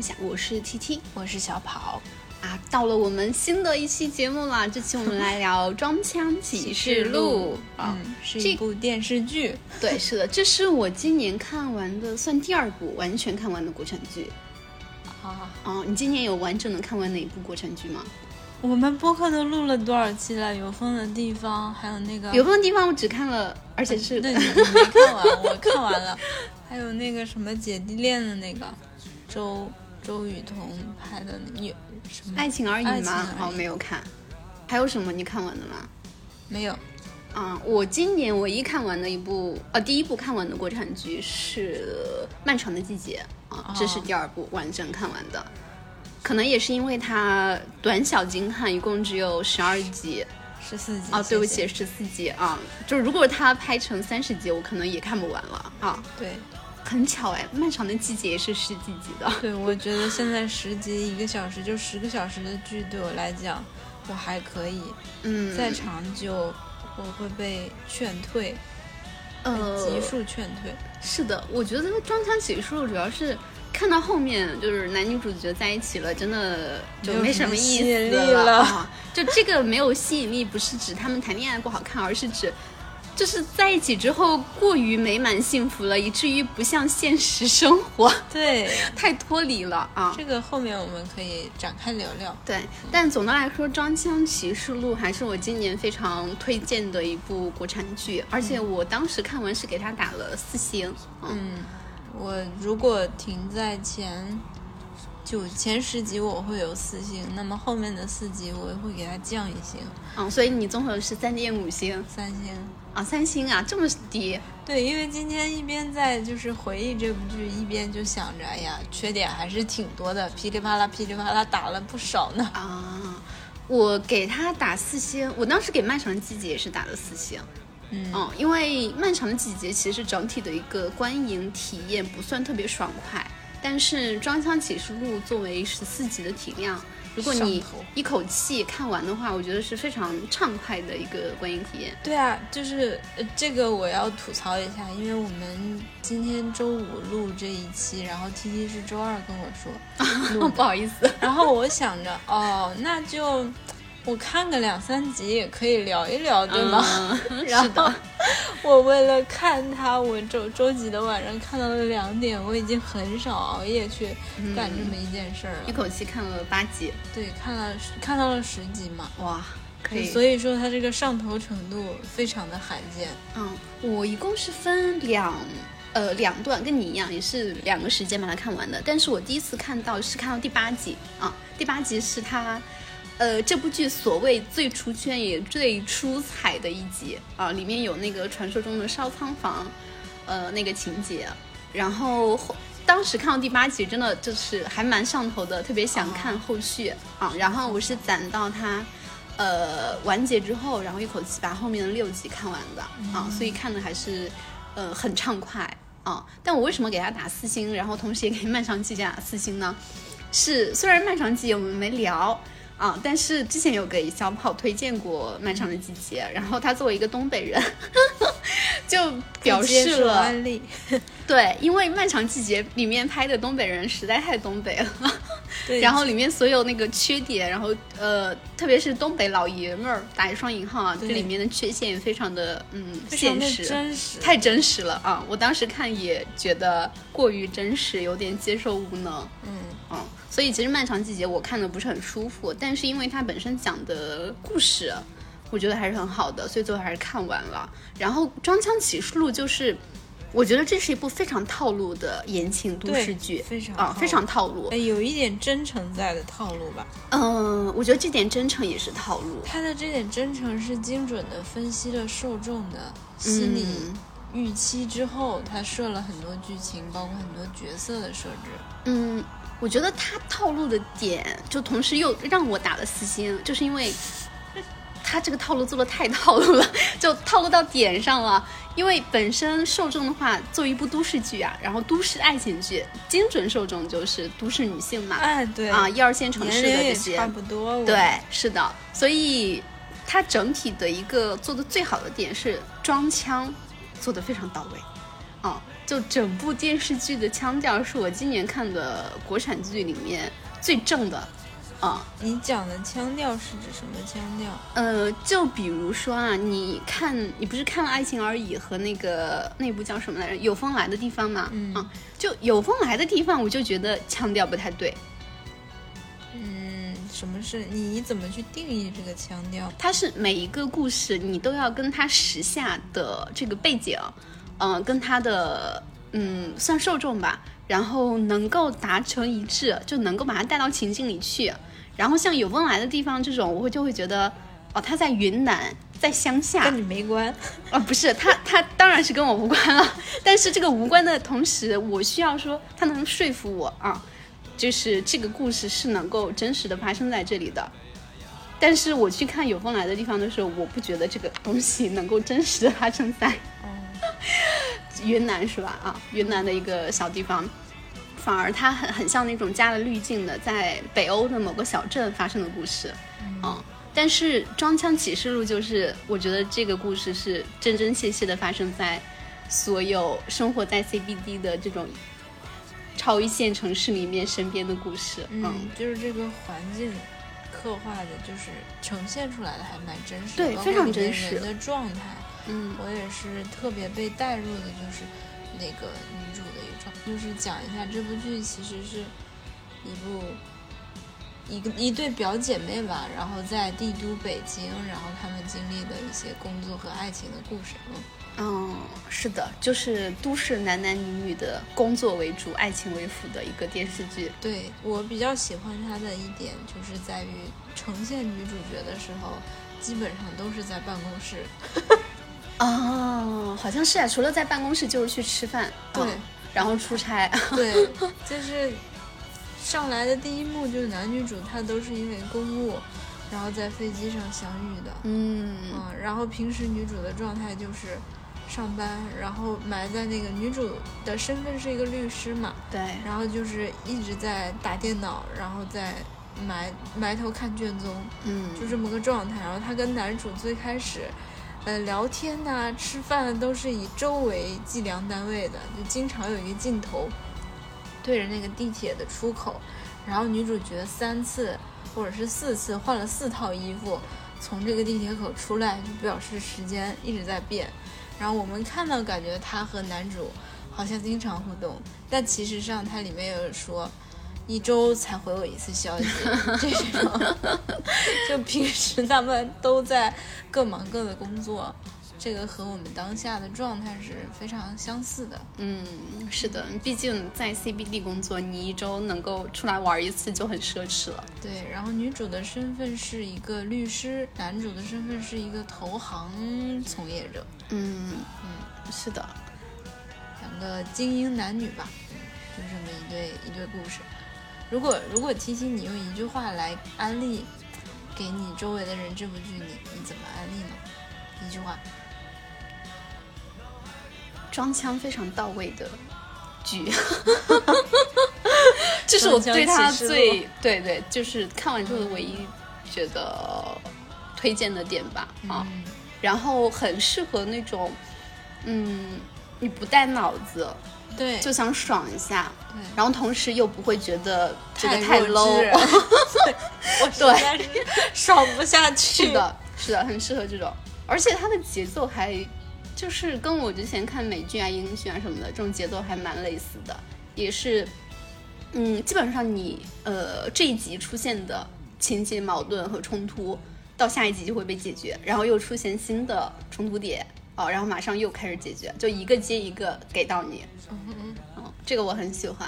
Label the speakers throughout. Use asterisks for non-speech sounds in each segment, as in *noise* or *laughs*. Speaker 1: 享。
Speaker 2: 我是 T T，
Speaker 1: 我是小跑，
Speaker 2: 啊，到了我们新的一期节目啦！这期我们来聊《装腔启示录》啊、
Speaker 1: *laughs* 嗯，是
Speaker 2: 这
Speaker 1: 一部电视剧，
Speaker 2: 对，是的，这是我今年看完的，算第二部完全看完的国产剧。
Speaker 1: 啊，
Speaker 2: 哦，你今年有完整的看完哪一部国产剧吗？
Speaker 1: 我们播客都录了多少期了？有风的地方，还有那个
Speaker 2: 有部分地方我只看了，而且是
Speaker 1: 对，你你没看完，我看完了。 *laughs* 还有那个什么姐弟恋的那个，周周雨彤拍的那有什么
Speaker 2: 《爱情而已
Speaker 1: 爱》情而
Speaker 2: 吗
Speaker 1: 已？
Speaker 2: 哦，没有看。还有什么你看完的吗？
Speaker 1: 没有？
Speaker 2: 啊、我今年唯一看完的一部，呃，第一部看完的国产剧是《漫长的季节》啊、这是
Speaker 1: 哦
Speaker 2: 第二部完整看完的。可能也是因为它短小精悍，一共只有十二集
Speaker 1: 十四集
Speaker 2: 啊、对不
Speaker 1: 谢谢
Speaker 2: 起，十四集啊、就是如果它拍成三十集，我可能也看不完了啊、
Speaker 1: 对
Speaker 2: 很巧哎，《漫长的季节》也是十几集的。
Speaker 1: 对，我觉得现在十集一个小时，就十个小时的剧对我来讲，我还可以。
Speaker 2: 嗯，
Speaker 1: 再长就我会被劝退，被
Speaker 2: 呃，
Speaker 1: 集数劝退。
Speaker 2: 是的，我觉得《装腔启示录》主要是看到后面就是男女主角在一起了，真的就没什么意
Speaker 1: 没有什么吸引
Speaker 2: 思
Speaker 1: 力了
Speaker 2: 啊就这个没有吸引力，不是指他们谈恋爱不好看，而是指就是在一起之后过于美满幸福了，以至于不像现实生活，
Speaker 1: 对，
Speaker 2: 太脱离了啊。
Speaker 1: 这个后面我们可以展开聊聊。
Speaker 2: 对，但总的来说，《装腔启示录》还是我今年非常推荐的一部国产剧，而且我当时看完是给它打了四星。嗯
Speaker 1: 嗯，我如果停在前九前十集，我会有四星，那么后面的四集我会给它降一星，
Speaker 2: 嗯，所以你综合是三点五星
Speaker 1: 三星。
Speaker 2: 啊，三星啊，这么低
Speaker 1: 对，因为今天一边在就是回忆这部剧，一边就想着，哎呀，缺点还是挺多的，噼里啪啦噼里啪啦打了不少呢。 *laughs*
Speaker 2: 啊！我给他打四星，我当时给《漫长的季节》也是打了四星。
Speaker 1: 嗯
Speaker 2: 嗯，因为《漫长的季节》其实整体的一个观影体验不算特别爽快，但是《装腔启示录》作为十四集的体量，如果你
Speaker 1: 上头
Speaker 2: 一口气看完的话，我觉得是非常畅快的一个观影体验。
Speaker 1: 对啊，就是呃这个我要吐槽一下，因为我们今天周五录这一期，然后 T T 是周二跟我说录
Speaker 2: 哦， *laughs* 不
Speaker 1: 的，
Speaker 2: 好意思，
Speaker 1: 然后我想着哦，那就我看个两三集也可以聊一聊，对吗？ *laughs*
Speaker 2: 嗯、
Speaker 1: 然
Speaker 2: 是
Speaker 1: 后
Speaker 2: 的，
Speaker 1: 我为了看它，我周周几的晚上看到了两点，我已经很少熬夜去
Speaker 2: 嗯
Speaker 1: 干这么一件事儿了。
Speaker 2: 一口气看了八集，
Speaker 1: 对，看了看到了十集嘛，
Speaker 2: 哇，可以。
Speaker 1: 所以说它这个上头程度非常的罕见。
Speaker 2: 嗯，我一共是分两呃两段，跟你一样也是两个时间把它看完的。但是我第一次看到是看到第八集啊，第八集是它呃这部剧所谓最出圈也最出彩的一集啊，里面有那个传说中的烧仓房呃那个情节，然后后。当时看到第八集，真的就是还蛮上头的，特别想看后续、啊。然后我是攒到它呃完结之后，然后一口气把后面的六集看完的、啊，所以看的还是呃很畅快啊。但我为什么给它打四星，然后同时也给《 *laughs* 漫长季节》打四星呢？是虽然《漫长季节》我们没聊。啊，但是之前有给小跑推荐过《漫长的季节》，然后他作为一个东北人， *laughs* 就表
Speaker 1: 接
Speaker 2: 示
Speaker 1: 受
Speaker 2: 了 *laughs*
Speaker 1: 安利，
Speaker 2: 对，因为《漫长季节》里面拍的东北人实在太东北了，
Speaker 1: 对
Speaker 2: 然后里面所有那个缺点，然后呃，特别是东北老爷们儿打一双引号啊，这
Speaker 1: 对
Speaker 2: 里面的缺陷也非常的嗯
Speaker 1: 非常
Speaker 2: 现
Speaker 1: 的
Speaker 2: 实，
Speaker 1: 真实，
Speaker 2: 太真实了啊！我当时看也觉得过于真实，有点接受无能。
Speaker 1: 嗯，
Speaker 2: 嗯，所以其实《漫长季节》我看的不是很舒服，但是因为它本身讲的故事，我觉得还是很好的，所以最后还是看完了。然后《装腔启示录》就是，我觉得这是一部非常套路的言情都
Speaker 1: 对
Speaker 2: 市剧，
Speaker 1: 非常
Speaker 2: 啊、
Speaker 1: 套
Speaker 2: 非常套路
Speaker 1: 哎，。有一点真诚在的套路吧。
Speaker 2: 嗯、我觉得这点真诚也是套路。
Speaker 1: 他的这点真诚是精准的分析了受众的心理
Speaker 2: 嗯
Speaker 1: 预期之后，他设了很多剧情，包括很多角色的设置。
Speaker 2: 嗯，我觉得他套路的点，就同时又让我打了四星，就是因为他这个套路做的太套路了，就套路到点上了。因为本身受众的话，做一部都市剧啊，然后都市爱情剧，精准受众就是都市女性嘛，
Speaker 1: 哎，对
Speaker 2: 啊，，一二线城
Speaker 1: 年
Speaker 2: 市
Speaker 1: 龄
Speaker 2: 的这
Speaker 1: 也
Speaker 2: 些，
Speaker 1: 差不多。我
Speaker 2: 对，是的，所以它整体的一个做的最好的点是装腔做的非常到位，啊、就整部电视剧的腔调是我今年看的国产剧里面最正的，啊、
Speaker 1: 你讲的腔调是指什么腔调？
Speaker 2: 呃，就比如说啊，你看，你不是看了《爱情而已》和那个那部叫什么来着，《有风来的地方》嘛？
Speaker 1: 嗯
Speaker 2: 啊，就有风来的地方，我就觉得腔调不太对。
Speaker 1: 嗯，什么是你你怎么去定义这个腔调？
Speaker 2: 它是每一个故事你都要跟它时下的这个背景，嗯、跟它的嗯算受众吧，然后能够达成一致，就能够把它带到情境里去。然后像有风来的地方这种，我会就会觉得，哦，它在云南，在乡下，
Speaker 1: *laughs* 跟你没关。
Speaker 2: 啊，不是，他他当然是跟我无关了，但是这个无关的同时，我需要说他能说服我啊，就是这个故事是能够真实的发生在这里的。但是我去看有风来的地方的时候，我不觉得这个东西能够真实的发生在嗯
Speaker 1: 哦，
Speaker 2: *laughs* 云南是吧？啊，云南的一个小地方，反而它很很像那种加了滤镜的，在北欧的某个小镇发生的故事，嗯。但是《装腔启示录》就是，我觉得这个故事是真真切切的发生在所有生活在 CBD 的这种超一线城市里面身边的故事。嗯
Speaker 1: 嗯，就是这个环境刻画的，就是呈现出来的还蛮真实的，
Speaker 2: 对
Speaker 1: 包括
Speaker 2: 非常
Speaker 1: 里面
Speaker 2: 真实
Speaker 1: 人的状态，
Speaker 2: 嗯
Speaker 1: 我也是特别被带入的，就是那个女主的一个状，就是讲一下这部剧其实是一部一个一对表姐妹吧，然后在帝都北京，然后她们经历的一些工作和爱情的故事。嗯，
Speaker 2: 嗯，是的，就是都市男男女女的工作为主、爱情为辅的一个电视剧。
Speaker 1: 对我比较喜欢她的一点就是在于呈现女主角的时候，基本上都是在办公室。
Speaker 2: 哦，好像是啊，除了在办公室就是去吃饭，
Speaker 1: 对、
Speaker 2: 嗯然后出差， *laughs*
Speaker 1: 对，就是上来的第一幕就是男女主他都是因为公务，然后在飞机上相遇的。
Speaker 2: 嗯
Speaker 1: 嗯，然后平时女主的状态就是上班，然后埋在那个女主的身份是一个律师嘛，
Speaker 2: 对，
Speaker 1: 然后就是一直在打电脑，然后在埋埋头看卷宗，
Speaker 2: 嗯
Speaker 1: 就这么个状态。然后她跟男主最开始，呃，聊天呐、吃饭都是以周为计量单位的，就经常有一个镜头对着那个地铁的出口，然后女主角三次或者是四次换了四套衣服，从这个地铁口出来，就表示时间一直在变。然后我们看到感觉她和男主好像经常互动，但其实上它里面有说。一周才回我一次消息，这种，就平时他们都在各忙各的工作，这个和我们当下的状态是非常相似的。
Speaker 2: 嗯，是的，毕竟在 CBD 工作，你一周能够出来玩一次就很奢侈了。
Speaker 1: 对，然后女主的身份是一个律师，男主的身份是一个投行从业者，
Speaker 2: 嗯嗯，是的，
Speaker 1: 两个精英男女吧，嗯就这么一对一对故事。如果如果提醒你用一句话来安利给你周围的人这部剧，你你怎么安利呢？一句话，
Speaker 2: 装腔非常到位的
Speaker 1: *laughs*
Speaker 2: 剧，这是我对他
Speaker 1: 装腔启示录
Speaker 2: 最对对，就是看完之后唯一觉得推荐的点吧啊。
Speaker 1: 嗯，
Speaker 2: 然后很适合那种，嗯，你不带脑子
Speaker 1: 对，
Speaker 2: 就想爽一下，
Speaker 1: 对
Speaker 2: 然后同时又不会觉得这个
Speaker 1: 太
Speaker 2: 太
Speaker 1: 弱智
Speaker 2: low，
Speaker 1: *laughs*
Speaker 2: *laughs*
Speaker 1: 我实在是爽不下去。
Speaker 2: 是，的，是的，很适合这种，而且它的节奏还就是跟我之前看美剧啊、英剧啊什么的这种节奏还蛮类似的，也是，嗯，基本上你呃这一集出现的情节矛盾和冲突，到下一集就会被解决，然后又出现新的冲突点。哦，然后马上又开始解决，就一个接一个给到你，
Speaker 1: 嗯
Speaker 2: 嗯、这个我很喜欢，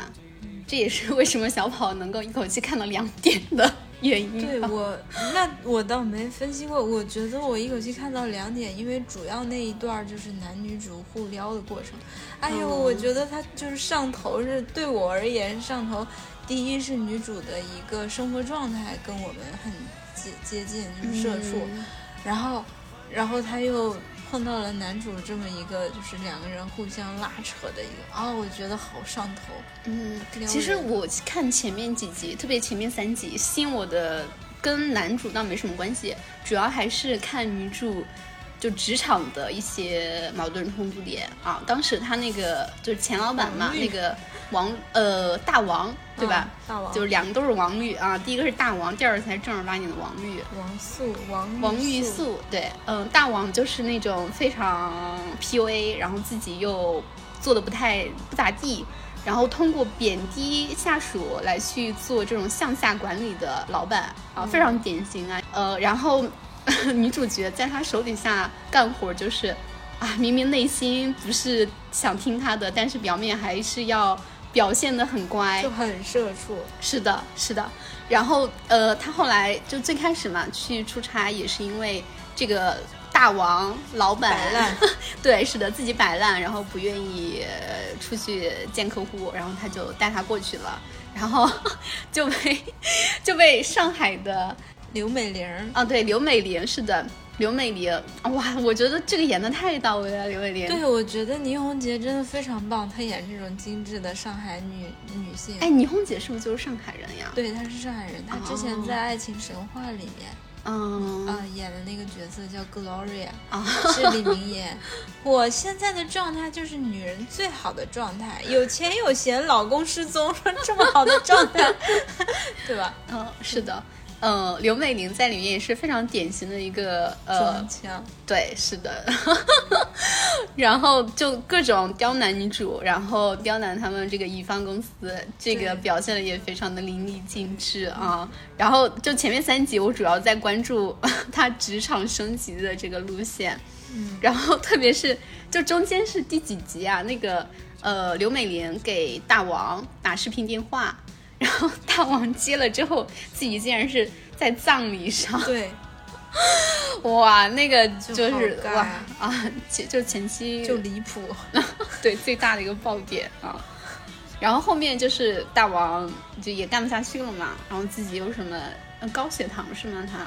Speaker 2: 这也是为什么小跑能够一口气看到两点的原因。
Speaker 1: 对我，那我倒没分析过。我觉得我一口气看到两点，因为主要那一段儿就是男女主互撩的过程。哎呦，
Speaker 2: 哦
Speaker 1: 我觉得他就是上头是对我而言上头。第一是女主的一个生活状态跟我们很接接近，就是社畜。
Speaker 2: 嗯
Speaker 1: 然后，然后他又碰到了男主这么一个，就是两个人互相拉扯的一个啊、我觉得好上头。
Speaker 2: 嗯
Speaker 1: 撩，人
Speaker 2: 其实我看前面几集，特别前面三集，吸引我的跟男主倒没什么关系，主要还是看女主，就职场的一些矛盾冲突点啊。当时他那个就是钱老板嘛，
Speaker 1: 王律
Speaker 2: 那个王呃大王对吧？
Speaker 1: 啊大王
Speaker 2: 就是两个都是王律啊，第一个是大王，第二个才是正儿八经的王律。
Speaker 1: 王素、王
Speaker 2: 王玉
Speaker 1: 玉，
Speaker 2: 素，对，嗯，大王就是那种非常 PUA，然后自己又做的不太不咋地，然后通过贬低下属来去做这种向下管理的老板啊，非常典型啊。呃，然后 *laughs* 女主角在他手底下干活，就是啊，明明内心不是想听他的，但是表面还是要表现的很乖，
Speaker 1: 就很社畜。
Speaker 2: 是的，是的。然后呃，他后来就最开始嘛，去出差也是因为这个大王老板
Speaker 1: 摆烂，
Speaker 2: *laughs* 对，是的，自己摆烂，然后不愿意呃出去见客户，然后他就带他过去了，然后 *laughs* 就被就被上海的
Speaker 1: 刘美玲儿，
Speaker 2: 啊，对，刘美玲，是的，刘美玲，哇，我觉得这个演的太到位了，刘美玲。
Speaker 1: 对，我觉得倪虹洁真的非常棒，她演这种精致的上海女女性。
Speaker 2: 哎，倪虹姐是不是就是上海人呀？
Speaker 1: 对，她是上海人，她之前
Speaker 2: 哦
Speaker 1: 在《爱情神话》里面
Speaker 2: 嗯
Speaker 1: 啊、演的那个角色叫 Gloria，
Speaker 2: 啊，
Speaker 1: 是李明言。我现在的状态就是女人最好的状态，有钱有闲，老公失踪，说这么好的状态， *laughs* 对吧？
Speaker 2: 嗯，是的，呃，刘美玲在里面也是非常典型的一个呃
Speaker 1: 中，枪，
Speaker 2: 对，是的， *laughs* 然后就各种刁难女主，然后刁难他们这个乙方公司，这个
Speaker 1: 对
Speaker 2: 表现的也非常的淋漓尽致啊。然后就前面三集，我主要在关注 *laughs* 她职场升级的这个路线，
Speaker 1: 嗯，
Speaker 2: 然后特别是就中间是第几集啊？那个呃，刘美玲给大王打视频电话，然后大王接了之后，自己竟然是在葬礼上，
Speaker 1: 对，
Speaker 2: 哇，那个就是
Speaker 1: 就好尬
Speaker 2: 哇啊，就就前期
Speaker 1: 就离谱。
Speaker 2: 对最大的一个爆点啊。然后后面就是大王就也干不下去了嘛，然后自己有什么呃高血糖是吗？他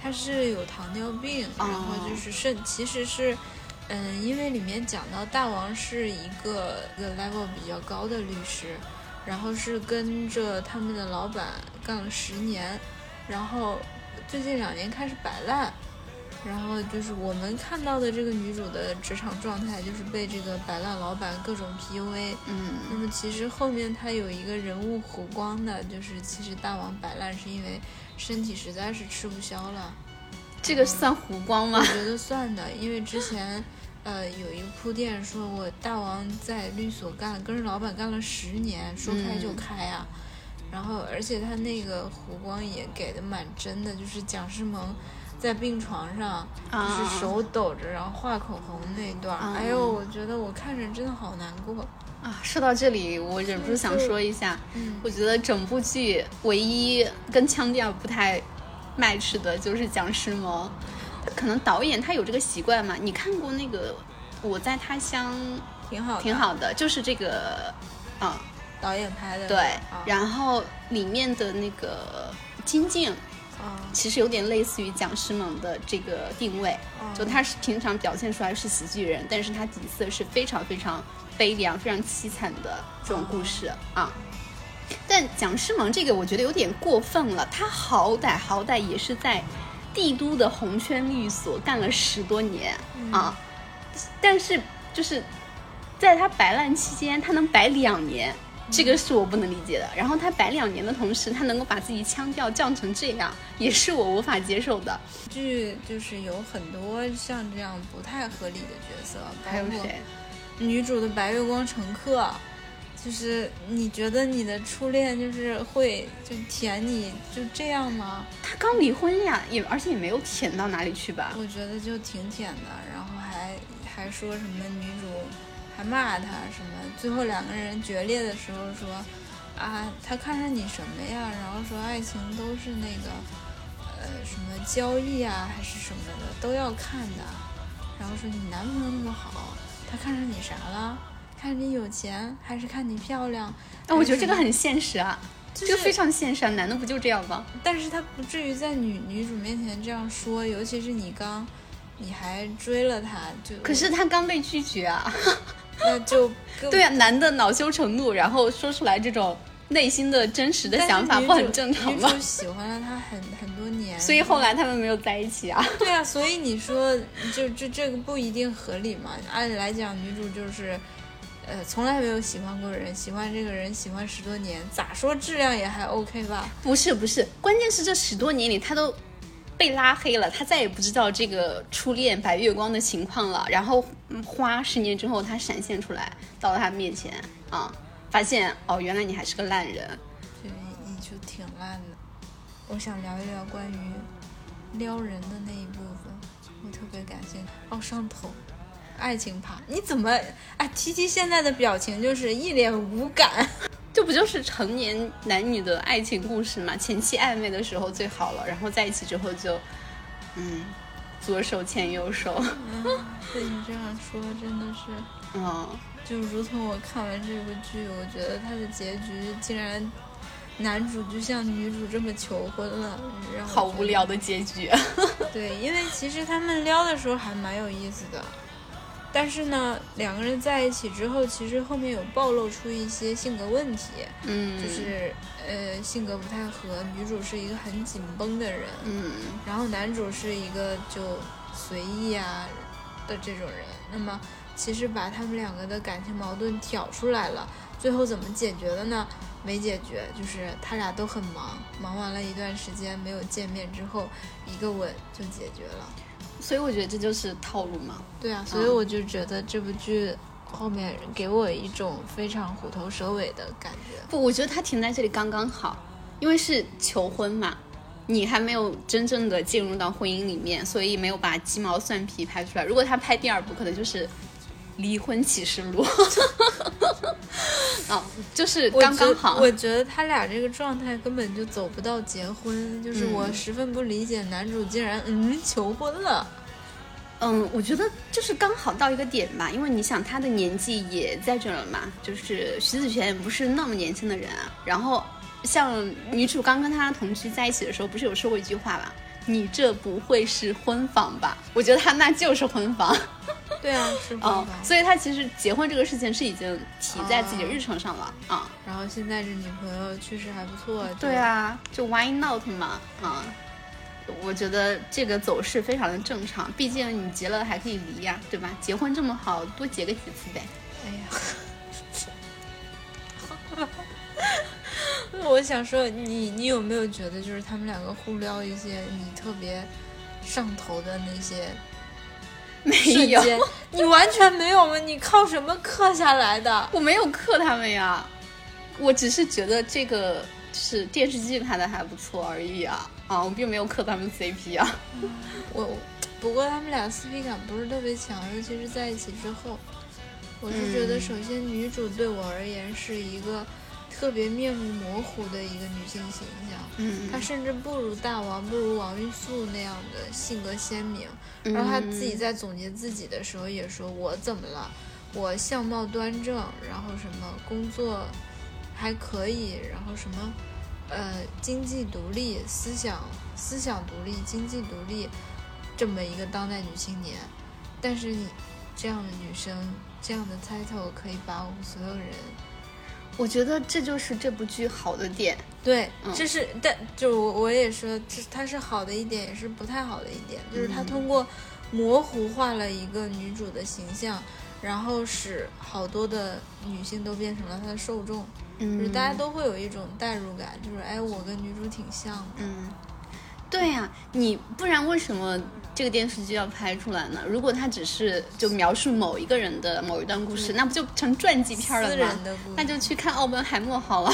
Speaker 1: 他是有糖尿病，
Speaker 2: 哦
Speaker 1: 然后就是肾，其实是，嗯，因为里面讲到大王是一个一个 level 比较高的律师，然后是跟着他们的老板干了十年，然后最近两年开始摆烂，然后就是我们看到的这个女主的职场状态，就是被这个摆烂老板各种 PUA，
Speaker 2: 嗯
Speaker 1: 那么其实后面他有一个人物弧光的，就是其实大王摆烂是因为身体实在是吃不消了，
Speaker 2: 这个算湖光吗
Speaker 1: 我？觉得算的，因为之前呃有一个铺垫说我大王在律所干了，跟着老板干了十年，说开
Speaker 2: 嗯
Speaker 1: 就开啊。然后而且他那个弧光也给的蛮真的，就是蒋诗萌在病床上。就
Speaker 2: 啊
Speaker 1: 是手抖着，然后画口红那一段儿，
Speaker 2: 啊
Speaker 1: 哎呦，我觉得我看着真的好难过。
Speaker 2: 啊！说到这里，我忍不住想说一下，
Speaker 1: 嗯，
Speaker 2: 我觉得整部剧唯一跟腔调不太 match 的就是蒋诗萌，可能导演他有这个习惯嘛。你看过那个《我在他乡
Speaker 1: 挺好》的，
Speaker 2: 挺好的，就是这个，啊、
Speaker 1: 导演拍的。
Speaker 2: 对，
Speaker 1: 啊、
Speaker 2: 然后里面的那个金靖
Speaker 1: 啊，
Speaker 2: 其实有点类似于蒋诗萌的这个定位，
Speaker 1: 哦
Speaker 2: 就他是平常表现出来是喜剧人，但是他底色是非常非常悲凉、非常凄惨的这种故事啊。但蒋诗萌这个我觉得有点过分了，他好歹好歹也是在帝都的红圈律所干了十多年啊，但是就是在他摆烂期间，他能摆两年。这个是我不能理解的。然后他摆两年的同时，他能够把自己腔调降成这样，也是我无法接受的。
Speaker 1: 剧就是有很多像这样不太合理的角色，包
Speaker 2: 还有
Speaker 1: 括
Speaker 2: 谁？
Speaker 1: 女主的白月光乘客，就是你觉得你的初恋就是会就舔你就这样吗？
Speaker 2: 他刚离婚呀，也而且也没有舔到哪里去吧？
Speaker 1: 我觉得就挺舔的，然后还还说什么女主还骂他什么，最后两个人决裂的时候说啊，他看上你什么呀？然后说爱情都是那个呃什么交易啊还是什么的都要看的，然后说你男朋友那么好，他看上你啥了？看上你有钱还是看你漂亮？
Speaker 2: 哎，我觉得这
Speaker 1: 还是
Speaker 2: 个很现实啊，
Speaker 1: 就
Speaker 2: 这
Speaker 1: 是
Speaker 2: 个非常现实啊，男的不就这样吗？
Speaker 1: 但是他不至于在女女主面前这样说，尤其是你刚，你还追了他，就
Speaker 2: 可是啊他刚被 *laughs* 拒绝啊，
Speaker 1: 那就更
Speaker 2: 对啊，男的恼羞成怒，然后说出来这种内心的真实的
Speaker 1: 但是
Speaker 2: 想法，
Speaker 1: 女
Speaker 2: 不很
Speaker 1: 主
Speaker 2: 正常
Speaker 1: 女
Speaker 2: 吗
Speaker 1: 主？喜欢了他很很多年，
Speaker 2: 所以后来他们没有在一起啊。
Speaker 1: 对啊，所以你说就这这个不一定合理嘛？按理来讲，女主就是，呃，从来没有喜欢过人，喜欢这个人喜欢十多年，咋说质量也还 OK 吧？
Speaker 2: 不是不是，关键是这十多年里他都被拉黑了，他再也不知道这个初恋白月光的情况了。然后嗯花十年之后，他闪现出来到了他面前啊、发现哦，原来你还是个烂人。
Speaker 1: 对，你就挺烂的。我想聊一聊关于撩人的那一部分，我特别感兴趣。哦，上头，爱情趴，你怎么？哎，提提现在的表情就是一脸无感。 *laughs*
Speaker 2: 这不就是成年男女的爱情故事嘛？前期暧昧的时候最好了，然后在一起之后就，嗯，左手牵右手，
Speaker 1: 被嗯你这样说，真的是。
Speaker 2: 嗯，
Speaker 1: 就如同我看完这部剧，我觉得它的结局竟然男主就向女主这么求婚了，让我
Speaker 2: 好
Speaker 1: 觉
Speaker 2: 无
Speaker 1: 得。
Speaker 2: 聊的结局。
Speaker 1: 对，因为其实他们撩的时候还蛮有意思的，但是呢，两个人在一起之后，其实后面有暴露出一些性格问题，
Speaker 2: 嗯，
Speaker 1: 就是呃性格不太合，女主是一个很紧绷的人，
Speaker 2: 嗯，
Speaker 1: 然后男主是一个就随意啊的这种人，那么其实把他们两个的感情矛盾挑出来了，最后怎么解决的呢？没解决，就是他俩都很忙，忙完了一段时间没有见面之后，一个吻就解决了。
Speaker 2: 所以我觉得这就是套路嘛。
Speaker 1: 对啊，所以我就觉得这部剧后面给我一种非常虎头蛇尾的感觉。
Speaker 2: 不，我觉得他停在这里刚刚好，因为是求婚嘛，你还没有真正的进入到婚姻里面，所以没有把鸡毛蒜皮拍出来。如果他拍第二部，可能就是离婚启示录。哦，就是刚刚好
Speaker 1: 我觉，我觉得他俩这个状态根本就走不到结婚，就是我
Speaker 2: 嗯
Speaker 1: 十分不理解男主竟然嗯求婚了。
Speaker 2: 嗯，我觉得就是刚好到一个点吧，因为你想他的年纪也在这儿了嘛，就是徐子泉也不是那么年轻的人啊。然后像女主刚跟他同居在一起的时候，不是有说过一句话吧？你这不会是婚房吧？我觉得他那就是婚房
Speaker 1: 对啊，是婚
Speaker 2: 哦
Speaker 1: 房。，
Speaker 2: 所以他其实结婚这个事情是已经提在自己的日程上了啊、
Speaker 1: 然后现在这女朋友确实还不错。就
Speaker 2: 对，啊，就 why not 嘛啊、我觉得这个走势非常的正常，毕竟你结了还可以离呀、对吧？结婚这么好，多结个几次呗。
Speaker 1: 哎呀。 *laughs* 我想说，你你有没有觉得，就是他们两个互撩一些你特别上头的那些瞬
Speaker 2: 没有，
Speaker 1: 间，你完全没有吗？你靠什么刻下来的？
Speaker 2: 我没有克他们呀，我只是觉得这个是电视剧拍的还不错而已啊啊，我并没有克他们 CP 啊。
Speaker 1: 我我不过他们俩 CP 感不是特别强，尤其是在一起之后，我是觉得
Speaker 2: 嗯
Speaker 1: 首先女主对我而言是一个特别面目模糊的一个女性形象，
Speaker 2: 嗯
Speaker 1: 她甚至不如大王，不如王玉素那样的性格鲜明。然后她自
Speaker 2: 嗯
Speaker 1: 己在总结自己的时候也说：“我怎么了？我相貌端正，然后什么工作还可以，然后什么呃经济独立、思想思想独立、经济独立这么一个当代女青年。但是你这样的女生，这样的 title 可以把我们所有人。”
Speaker 2: 我觉得这就是这部剧好的点。
Speaker 1: 对，
Speaker 2: 嗯
Speaker 1: 这是但就我我也说，这它是好的一点，也是不太好的一点，就是
Speaker 2: 嗯
Speaker 1: 它通过模糊化了一个女主的形象，然后使好多的女性都变成了她的受众，就是
Speaker 2: 嗯
Speaker 1: 大家都会有一种代入感，就是哎，我跟女主挺像的。
Speaker 2: 嗯，对呀、你不然为什么这个电视剧要拍出来呢？如果它只是就描述某一个人的某一段故事，那不就成传记片了
Speaker 1: 私
Speaker 2: 吗
Speaker 1: 人？的故事，
Speaker 2: 那就去看《奥本海默》好了，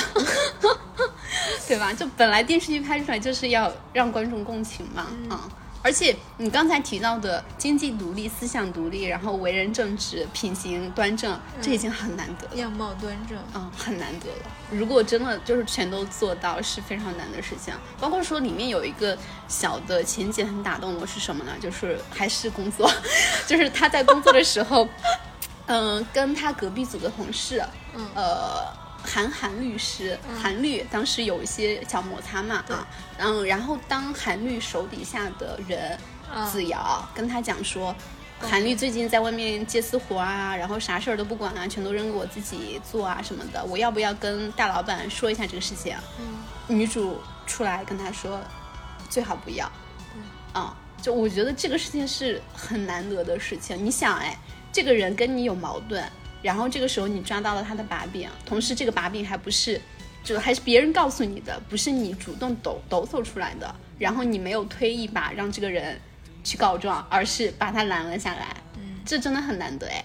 Speaker 2: *laughs* 对吧？就本来电视剧拍出来就是要让观众共情嘛，
Speaker 1: 嗯
Speaker 2: 啊、而且你刚才提到的经济独立、思想独立，然后为人正直、品行端正，这
Speaker 1: 嗯
Speaker 2: 已经很难得了，
Speaker 1: 样貌端正。
Speaker 2: 嗯，很难得了。如果真的就是全都做到，是非常难的事情。包括说里面有一个小的情节很打动我是什么呢？就是还是工作， *laughs* 就是他在工作的时候， *laughs* 嗯、跟他隔壁组的同事，
Speaker 1: 嗯
Speaker 2: 呃，韩寒律师，韩律当时有一些小摩擦嘛啊，嗯，然后当韩律手底下的人
Speaker 1: 嗯
Speaker 2: 子瑶跟他讲说。韩律最近在外面接私活啊，然后啥事儿都不管啊，全都扔给我自己做啊什么的。我要不要跟大老板说一下这个事情啊？
Speaker 1: 嗯
Speaker 2: 女主出来跟他说，最好不要。啊，就我觉得这个事情是很难得的事情。你想，哎，这个人跟你有矛盾，然后这个时候你抓到了他的把柄，同时这个把柄还不是，就还是别人告诉你的，不是你主动抖抖擞出来的，然后你没有推一把让这个人去告状，而是把他拦了下来。
Speaker 1: 嗯，
Speaker 2: 这真的很难得哎。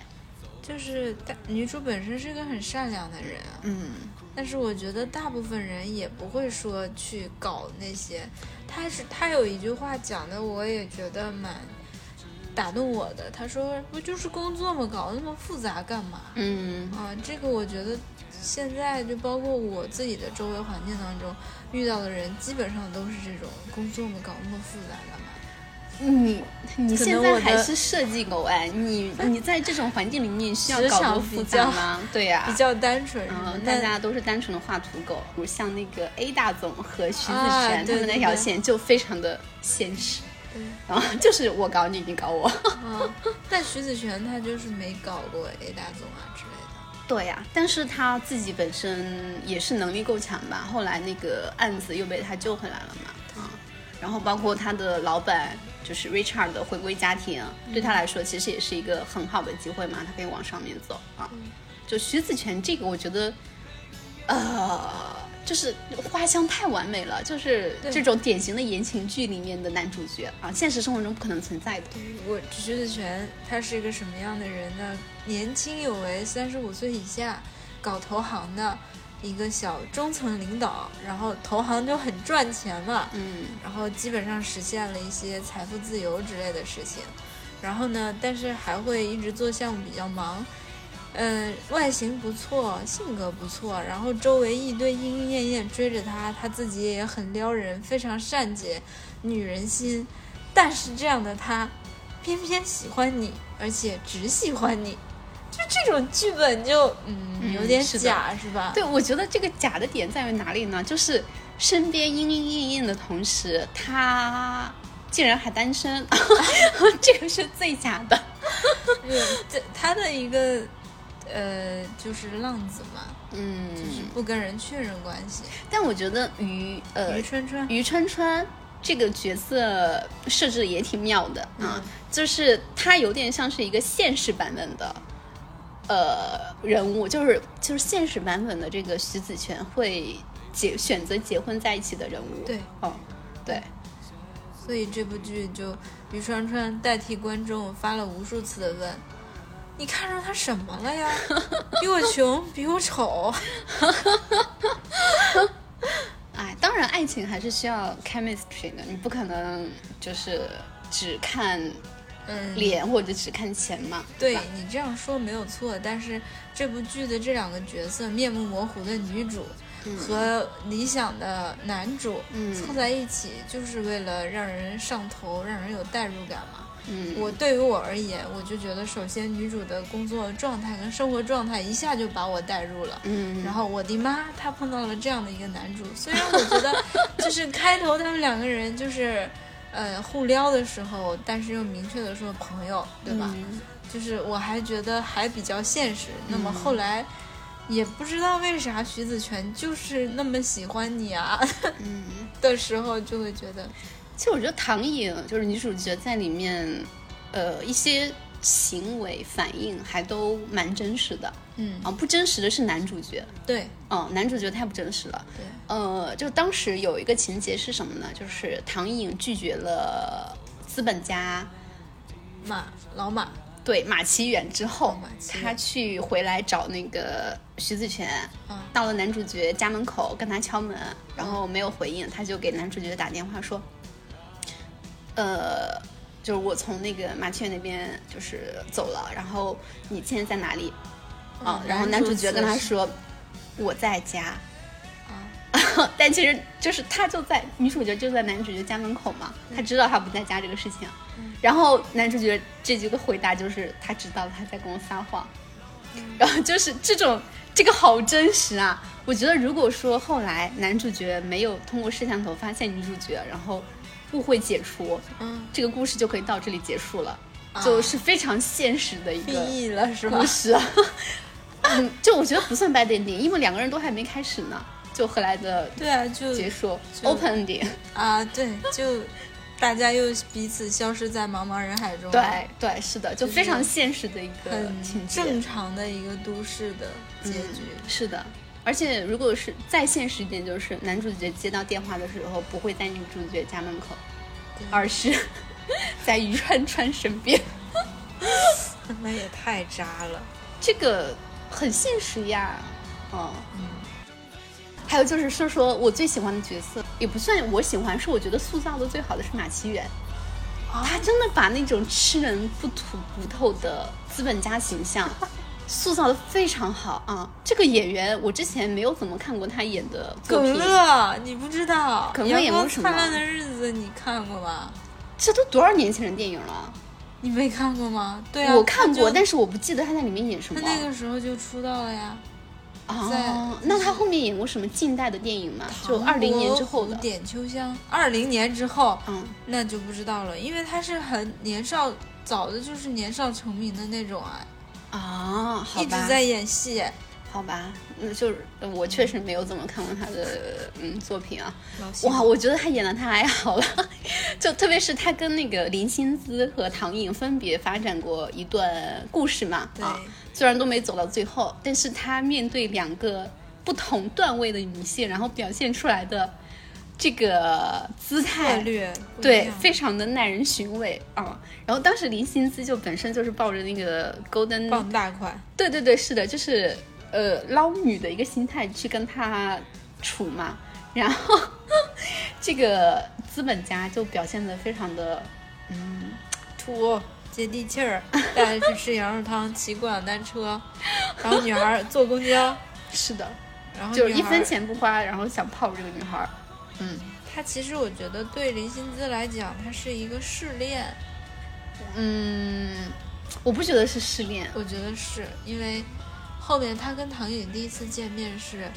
Speaker 1: 就是大女主本身是一个很善良的人啊，
Speaker 2: 嗯，
Speaker 1: 但是我觉得大部分人也不会说去搞那些。他是他有一句话讲的，我也觉得蛮打动我的。他说：“不就是工作嘛，搞那么复杂干嘛
Speaker 2: 嗯？”
Speaker 1: 啊，这个我觉得现在就包括我自己的周围环境当中遇到的人，基本上都是这种工作嘛，搞那么复杂干嘛？
Speaker 2: 你你
Speaker 1: 可
Speaker 2: 现
Speaker 1: 能
Speaker 2: 在
Speaker 1: 我
Speaker 2: 还
Speaker 1: 的
Speaker 2: 是设计狗哎，你你在这种环境里面需要
Speaker 1: 职
Speaker 2: 搞多
Speaker 1: 场
Speaker 2: 复
Speaker 1: 比
Speaker 2: 杂
Speaker 1: 较
Speaker 2: 吗？对呀、
Speaker 1: 比较单纯什么
Speaker 2: 啊嗯，，大
Speaker 1: 但
Speaker 2: 家都是单纯的画图狗，比如像那个 A 大总和徐子璇、
Speaker 1: 啊
Speaker 2: 他
Speaker 1: 对
Speaker 2: 们那
Speaker 1: 对
Speaker 2: 条
Speaker 1: 对
Speaker 2: 线就非常的现实，
Speaker 1: 对
Speaker 2: 然后就是我搞你，你搞我。
Speaker 1: 啊，但徐子璇他就是没搞过 A 大总啊之类的。
Speaker 2: 对呀、但是他自己本身也是能力够强吧，后来那个案子又被他救回来了嘛，啊，然后包括他的老板就是 Richard 的回归家庭，对他来说其实也是一个很好的机会嘛，他可以往上面走啊。就徐子泉这个，我觉得，呃，就是花香太完美了，就是
Speaker 1: 对
Speaker 2: 这种典型的言情剧里面的男主角啊，现实生活中不可能存在的。
Speaker 1: 我徐子泉他是一个什么样的人呢？年轻有为，三十五岁以下，搞投行的一个小中层领导，然后投行就很赚钱嘛，
Speaker 2: 嗯
Speaker 1: 然后基本上实现了一些财富自由之类的事情。然后呢，但是还会一直做项目，比较忙。嗯，外形不错，性格不错，然后周围一堆莺莺燕燕追着他，他自己也很撩人，非常善解女人心。但是这样的他，偏偏喜欢你，而且只喜欢你，就这种剧本就嗯
Speaker 2: 嗯
Speaker 1: 有点
Speaker 2: 是的
Speaker 1: 假，是吧？
Speaker 2: 对，我觉得这个假的点在于哪里呢？就是身边莺莺燕燕的同时，他竟然还单
Speaker 1: *laughs*
Speaker 2: 身， *laughs* 这个是最假的。
Speaker 1: 对， *laughs* 这他的一个呃就是浪子嘛，就是
Speaker 2: 嗯，
Speaker 1: 不跟人确认关系。
Speaker 2: 但我觉得于呃
Speaker 1: 于春春，
Speaker 2: 于春春这个角色设置也挺妙的啊
Speaker 1: 嗯，
Speaker 2: 就是他有点像是一个现实版本的。呃，人物就是就是现实版本的这个徐子泉会结选择结婚在一起的人物，
Speaker 1: 对，
Speaker 2: 哦，对，
Speaker 1: 所以这部剧就于川川代替观众发了无数次的问：“你看上他什么
Speaker 2: *laughs*
Speaker 1: 了呀？比我穷，比我丑。
Speaker 2: 哎，当然，爱情还是需要 chemistry 的，你不可能就是只看”
Speaker 1: 嗯，
Speaker 2: 脸或者只看钱嘛。
Speaker 1: 对
Speaker 2: 吧
Speaker 1: 你这样说没有错，但是这部剧的这两个角色，面目模糊的女主和理想的男主、
Speaker 2: 嗯
Speaker 1: 凑在一起，就是为了让人上头，让人有代入感嘛。
Speaker 2: 嗯，
Speaker 1: 我对于我而言，我就觉得，首先女主的工作状态跟生活状态一下就把我带入了。
Speaker 2: 嗯，
Speaker 1: 然后我的妈，她碰到了这样的一个男主。虽然我觉
Speaker 2: *laughs*
Speaker 1: 得就是开头他们两个人就是，呃，互撩的时候，但是又明确的说朋友，对吧？
Speaker 2: 嗯
Speaker 1: 就是我还觉得还比较现实。那么
Speaker 2: 嗯
Speaker 1: 后来。也不知道为啥徐子泉就是那么喜欢你啊
Speaker 2: 嗯，
Speaker 1: *laughs* 的时候，就会觉得
Speaker 2: 其实我觉得唐颖就是女主角在里面，呃，一些行为反应还都蛮真实的
Speaker 1: 嗯，
Speaker 2: 啊，不真实的是男主角，
Speaker 1: 对
Speaker 2: 哦，男主角太不真实了。
Speaker 1: 对，
Speaker 2: 呃，就当时有一个情节是什么呢？就是唐颖拒绝了资本家
Speaker 1: 马老马
Speaker 2: 对马奇远之后
Speaker 1: 马，奇远
Speaker 2: 他去回来找那个徐子泉，
Speaker 1: 嗯
Speaker 2: 到了男主角家门口跟他敲门，然后没有回应，他就给男主角打电话说，呃，就是我从那个马奇远那边就是走了，然后你现在在哪里？
Speaker 1: 哦
Speaker 2: 啊、
Speaker 1: 嗯
Speaker 2: 然后男主角跟他说我在家，
Speaker 1: 啊，
Speaker 2: *laughs* 但其实就是他就在女主角就在男主角家门口嘛，
Speaker 1: 嗯
Speaker 2: 他知道他不在家这个事情，然后男主角这句的回答就是他知道他在跟我撒谎，
Speaker 1: 嗯
Speaker 2: 然后就是这种这个好真实啊！我觉得如果说后来男主角没有通过摄像头发现女主角，然后误会解除，
Speaker 1: 嗯
Speaker 2: 这个故事就可以到这里结束了。
Speaker 1: 啊
Speaker 2: 就是非常现实的一
Speaker 1: 毕
Speaker 2: 个
Speaker 1: 业了是吧
Speaker 2: 故？事啊。 *laughs* 嗯，就我觉得不算 bad ending，因为两个人都还没开始呢，就后来的
Speaker 1: *laughs* 对啊，就
Speaker 2: 结束
Speaker 1: 就
Speaker 2: ，open ending。
Speaker 1: 啊，对，就大家又彼此消失在茫茫人海中，
Speaker 2: 对，对，是的，就
Speaker 1: 就是
Speaker 2: 非常现实的一个情
Speaker 1: 很
Speaker 2: 节，
Speaker 1: 正常的一个都市的
Speaker 2: 嗯
Speaker 1: 结局。 *laughs*
Speaker 2: 是的。而且如果是再现实一点，就是男主角接到电话的时候，不会在女主角家门口，
Speaker 1: 对
Speaker 2: 而是 *laughs* 在于川川身边。
Speaker 1: 他们也太渣
Speaker 2: *laughs*
Speaker 1: 了，
Speaker 2: 这个很现实呀，嗯。
Speaker 1: 嗯，
Speaker 2: 还有就是说说我最喜欢的角色，也不算我喜欢，是我觉得塑造的最好的是马奇远。
Speaker 1: 啊
Speaker 2: 他真的把那种吃人不吐不透的资本家形象 *laughs* 塑造的非常好啊！这个演员我之前没有怎么看过他演的作
Speaker 1: 耿
Speaker 2: 品，
Speaker 1: 乐，你不知道
Speaker 2: 耿
Speaker 1: 《
Speaker 2: 乐
Speaker 1: 阳
Speaker 2: 演过
Speaker 1: 光
Speaker 2: 什么
Speaker 1: 灿烂的日子》，你看过吧？
Speaker 2: 这都多少年前的电影了？
Speaker 1: 你没看过吗？对啊，
Speaker 2: 我看过，
Speaker 1: 他就
Speaker 2: 但是我不记得他在里面演什
Speaker 1: 他
Speaker 2: 么。
Speaker 1: 那个时候就出道了呀。
Speaker 2: 哦，
Speaker 1: 在
Speaker 2: 那他后面演过什么近代的电影吗？就二零年之后
Speaker 1: 唐伯
Speaker 2: 的
Speaker 1: 虎。点秋香，二零年之后，
Speaker 2: 嗯，
Speaker 1: 那就不知道了，因为他是很年少，早的就是年少成名的那种啊，
Speaker 2: 啊，好吧。
Speaker 1: 一直在演戏。
Speaker 2: 好吧，那就是我确实没有怎么看过他的嗯作品啊。
Speaker 1: 老戏骨
Speaker 2: 哇，我觉得他演的太好了， *laughs* 就特别是他跟那个林心姿和唐颖分别发展过一段故事嘛，
Speaker 1: 对
Speaker 2: 啊，虽然都没走到最后，但是他面对两个不同段位的女性，然后表现出来的这个姿
Speaker 1: 策
Speaker 2: 态，
Speaker 1: 略不一
Speaker 2: 对，
Speaker 1: 样
Speaker 2: 非常的耐人寻味啊、然后当时林心姿就本身就是抱着那个 Golden
Speaker 1: 傍大款，
Speaker 2: 对对对，是的，就是呃捞女的一个心态去跟他处嘛。然后这个资本家就表现的非常的，
Speaker 1: 土接地气 *laughs* 儿，带着去吃羊肉汤，骑共享单车，然后女孩儿坐公交，
Speaker 2: 是的，
Speaker 1: 然后
Speaker 2: 就是
Speaker 1: 女
Speaker 2: 一
Speaker 1: 孩
Speaker 2: 分
Speaker 1: 儿。
Speaker 2: 钱不花，然后想泡这个女孩儿。嗯
Speaker 1: 他其实我觉得对林心姿来讲，她是一个试炼，
Speaker 2: 嗯，我不觉得是失恋，
Speaker 1: 我觉得是因为后面他跟唐颖第一次见面是，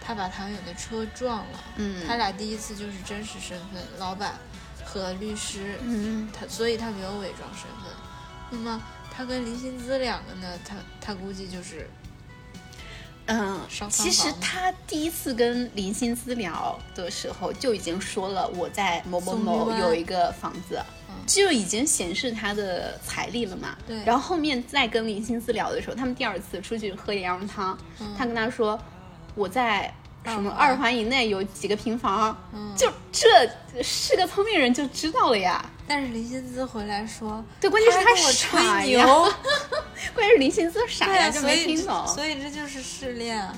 Speaker 1: 他把唐颖的车撞了，
Speaker 2: 嗯
Speaker 1: 他俩第一次就是真实身份，老板和律师，
Speaker 2: 嗯
Speaker 1: 他所以他没有伪装身份。那么他跟林心姿两个呢，他他估计就是
Speaker 2: 嗯
Speaker 1: 双，方
Speaker 2: 其实
Speaker 1: 房
Speaker 2: 他第一次跟林心思聊的时候就已经说了，我在某某
Speaker 1: 宋
Speaker 2: 某
Speaker 1: 玉湾
Speaker 2: 有一个房子
Speaker 1: 嗯，
Speaker 2: 就已经显示他的财力了嘛。
Speaker 1: 对
Speaker 2: 然后后面再跟林心思聊的时候，他们第二次出去喝羊肉汤，
Speaker 1: 嗯
Speaker 2: 他跟他说我在什么
Speaker 1: 二环
Speaker 2: 二环以内有几个平房，
Speaker 1: 嗯，
Speaker 2: 就这是个聪明人就知道了呀。
Speaker 1: 但是林心姿回来说，
Speaker 2: 对，关键是
Speaker 1: 他跟我
Speaker 2: 傻
Speaker 1: 吹
Speaker 2: 呀，
Speaker 1: 牛， *laughs*
Speaker 2: 关键是林心思傻
Speaker 1: 对
Speaker 2: 呀，
Speaker 1: 呀，
Speaker 2: 就
Speaker 1: 所
Speaker 2: 没
Speaker 1: 以
Speaker 2: 听懂。
Speaker 1: 所以这就是试炼啊，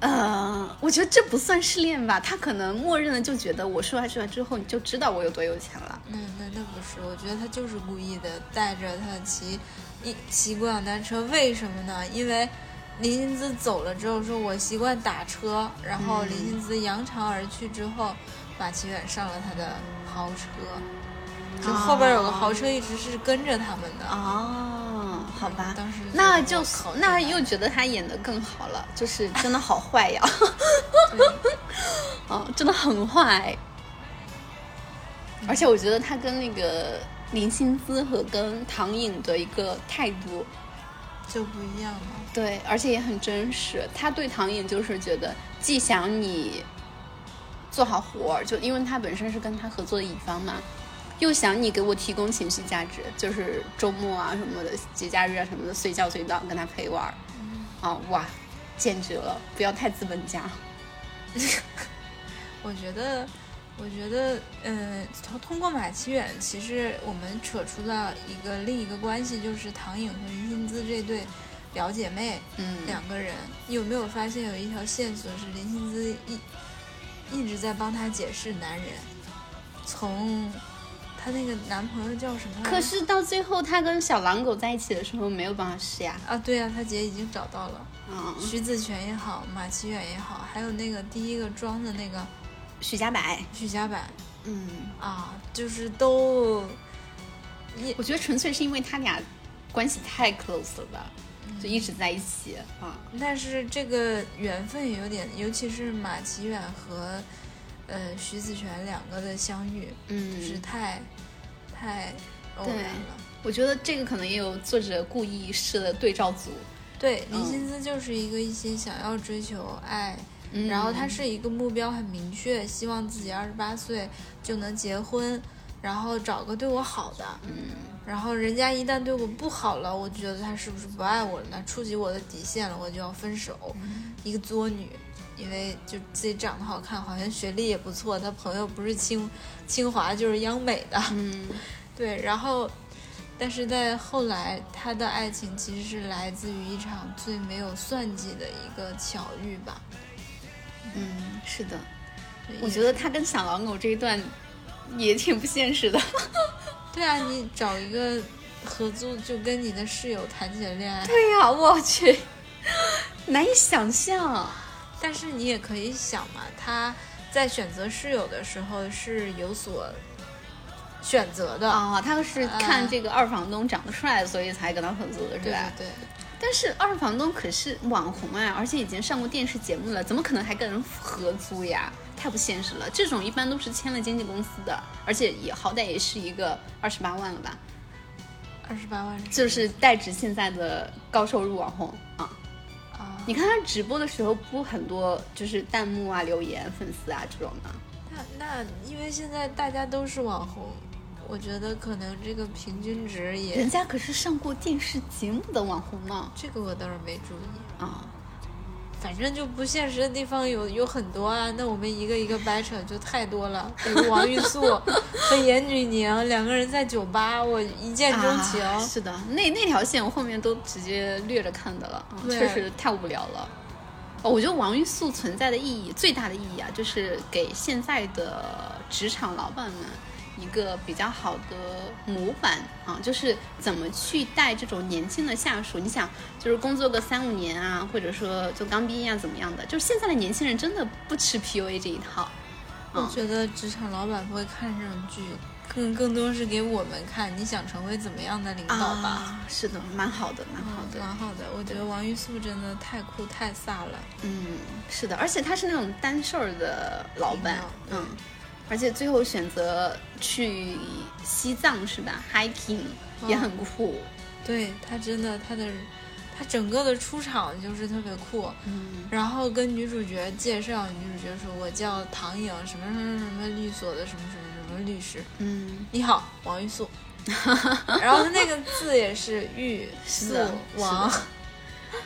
Speaker 2: 呃，我觉得这不算失恋吧，他可能默认的就觉得我说完这完之后，你就知道我有多有钱了。
Speaker 1: 那那那不是，我觉得他就是故意的，带着他骑一骑共享单车，为什么呢？因为林心姿走了之后说，我习惯打车，然后林心姿扬长而去之后，马奇远上了他的豪车，就后边有个豪车一直是跟着他们的。
Speaker 2: 哦，好吧，
Speaker 1: 当时觉得
Speaker 2: 那就
Speaker 1: 我靠
Speaker 2: 那
Speaker 1: 真的
Speaker 2: 又觉得他演的更好了，就是真的好坏呀， *laughs* 哦，真的很坏。而且我觉得他跟那个林心姿和跟唐颖的一个态度，
Speaker 1: 就不一样了。
Speaker 2: 对，而且也很真实。他对唐颖就是觉得既想你做好活儿，就因为他本身是跟他合作的乙方嘛，又想你给我提供情绪价值，就是周末啊什么的，节假日啊什么的，随叫随到跟他陪玩儿。啊哇，简直了！不要太资本家。
Speaker 1: 我觉得，我觉得，嗯，通通过马奇远，其实我们扯出了一个另一个关系，就是唐颖和林心姿这对表姐妹
Speaker 2: 嗯
Speaker 1: 两个人，你有没有发现有一条线索是林心姿一一直在帮她解释男人，从她那个男朋友叫什么来着？
Speaker 2: 可是到最后，他跟小狼狗在一起的时候，没有帮他试呀。
Speaker 1: 啊，对呀、啊，她姐已经找到了
Speaker 2: 嗯，
Speaker 1: 徐子泉也好，马奇远也好，还有那个第一个装的那个
Speaker 2: 许家白，
Speaker 1: 许家版。
Speaker 2: 嗯，
Speaker 1: 啊，就是都一
Speaker 2: 我觉得纯粹是因为他俩关系太 close 了吧，就一直在一起啊。
Speaker 1: 但是这个缘分有点，尤其是马奇远和呃徐子泉两个的相遇，
Speaker 2: 嗯，
Speaker 1: 就是太太偶然了。
Speaker 2: 我觉得这个可能也有作者故意设的对照组，
Speaker 1: 对，林心思就是一个一心想要追求爱，
Speaker 2: 嗯
Speaker 1: 然后她是一个目标很明确，希望自己二十八岁就能结婚，然后找个对我好的。然后人家一旦对我不好了，我觉得他是不是不爱我了呢？触及我的底线了，我就要分手。一个作女，因为就自己长得好看，好像学历也不错，她朋友不是清清华就是央美的。
Speaker 2: 嗯
Speaker 1: 对，然后，但是在后来，他的爱情其实是来自于一场最没有算计的一个巧遇吧。
Speaker 2: 嗯，是的，
Speaker 1: 对
Speaker 2: 我
Speaker 1: 也
Speaker 2: 觉得他跟小狼狗这一段也挺不现实的。
Speaker 1: 对啊，你找一个合租就跟你的室友谈起了恋爱，
Speaker 2: *laughs* 对呀、我去， *laughs* 啊难以想象。
Speaker 1: 但是你也可以想嘛，他在选择室友的时候是有所选择的，
Speaker 2: 啊，他是看
Speaker 1: 啊
Speaker 2: 这个二房东长得帅，所以才跟他合租的，是
Speaker 1: 对
Speaker 2: 吧？
Speaker 1: 对对。
Speaker 2: 但是二房东可是网红啊，而且已经上过电视节目了，怎么可能还跟人合租呀？太不现实了，这种一般都是签了经纪公司的，而且也好歹也是一个二十八万了吧，
Speaker 1: 二十八万什么
Speaker 2: 就是代指现在的高收入网红啊。
Speaker 1: 啊，
Speaker 2: 你看他直播的时候，不很多就是弹幕啊、留言、粉丝啊这种吗？
Speaker 1: 那那因为现在大家都是网红，我觉得可能这个平均值也
Speaker 2: 人家可是上过电视节目的网红呢
Speaker 1: 这个我倒是没注意，
Speaker 2: 啊！
Speaker 1: 反正就不现实的地方有有很多啊。那我们一个一个掰扯就太多了，比如王玉素和严女宁两个人在酒吧，我一见钟情。
Speaker 2: 啊是的，那那条线我后面都直接略着看的了，嗯
Speaker 1: 对
Speaker 2: 确实太无聊了。哦，我觉得王玉素存在的意义最大的意义啊，就是给现在的职场老板们一个比较好的模板啊，就是怎么去带这种年轻的下属。你想，就是工作个三五年啊，或者说就刚毕业啊，怎么样的？就是现在的年轻人真的不吃 PUA 这一套。
Speaker 1: 我觉得职场老板不会看这种剧，更更多是给我们看你想成为怎么样的领导吧。
Speaker 2: 啊，是的，蛮好的，蛮好的。
Speaker 1: 蛮好的，我觉得王玉素真的太酷太飒了。
Speaker 2: 嗯，是的，而且他是那种单事儿的老板
Speaker 1: 领导，对
Speaker 2: 嗯，而且最后选择去西藏是吧？hiking
Speaker 1: 嗯
Speaker 2: 也很酷，
Speaker 1: 对他真的，他的他整个的出场就是特别酷，
Speaker 2: 嗯
Speaker 1: 然后跟女主角介绍，女主角说：“我叫唐颖，什么什么什么律所的什么什么什么律师。
Speaker 2: 嗯，
Speaker 1: 你好，王玉素。”
Speaker 2: *laughs*
Speaker 1: 然后他那个字也是玉
Speaker 2: 是
Speaker 1: 素
Speaker 2: 的
Speaker 1: 王，
Speaker 2: 是的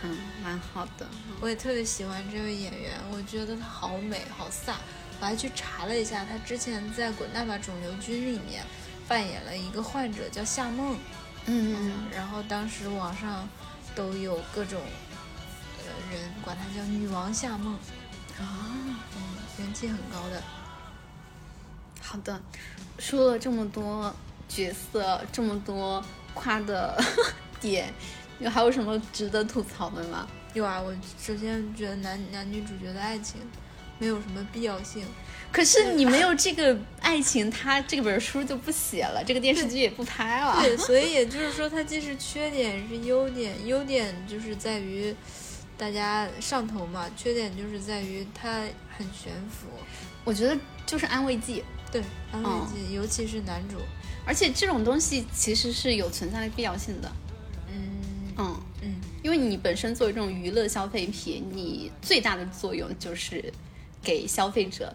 Speaker 2: 嗯，蛮好的，
Speaker 1: 我也特别喜欢这位演员，我觉得她好美，好飒。我还去查了一下，她之前在《滚蛋吧肿瘤君》里面扮演了一个患者叫夏梦，
Speaker 2: 嗯，
Speaker 1: 然后当时网上都有各种呃人管她叫女王夏梦，
Speaker 2: 啊，
Speaker 1: 嗯，人气很高的。
Speaker 2: 好的，说了这么多角色，这么多夸的 *laughs* 点，有还有什么值得吐槽的吗？
Speaker 1: 有啊，我首先觉得男男女主角的爱情没有什么必要性，
Speaker 2: 可是你没有这个爱情，他这本书就不写了，这个电视剧也不拍了。
Speaker 1: 对，所以也就是说，它既是缺点也是优点，优点就是在于大家上头嘛，缺点就是在于它很悬浮，
Speaker 2: 我觉得就是安慰剂，
Speaker 1: 对，安慰
Speaker 2: 嗯
Speaker 1: 剂，尤其是男主，
Speaker 2: 而且这种东西其实是有存在的必要性的。
Speaker 1: 嗯
Speaker 2: 嗯，
Speaker 1: 嗯，
Speaker 2: 因为你本身作为这种娱乐消费品，你最大的作用就是给消费者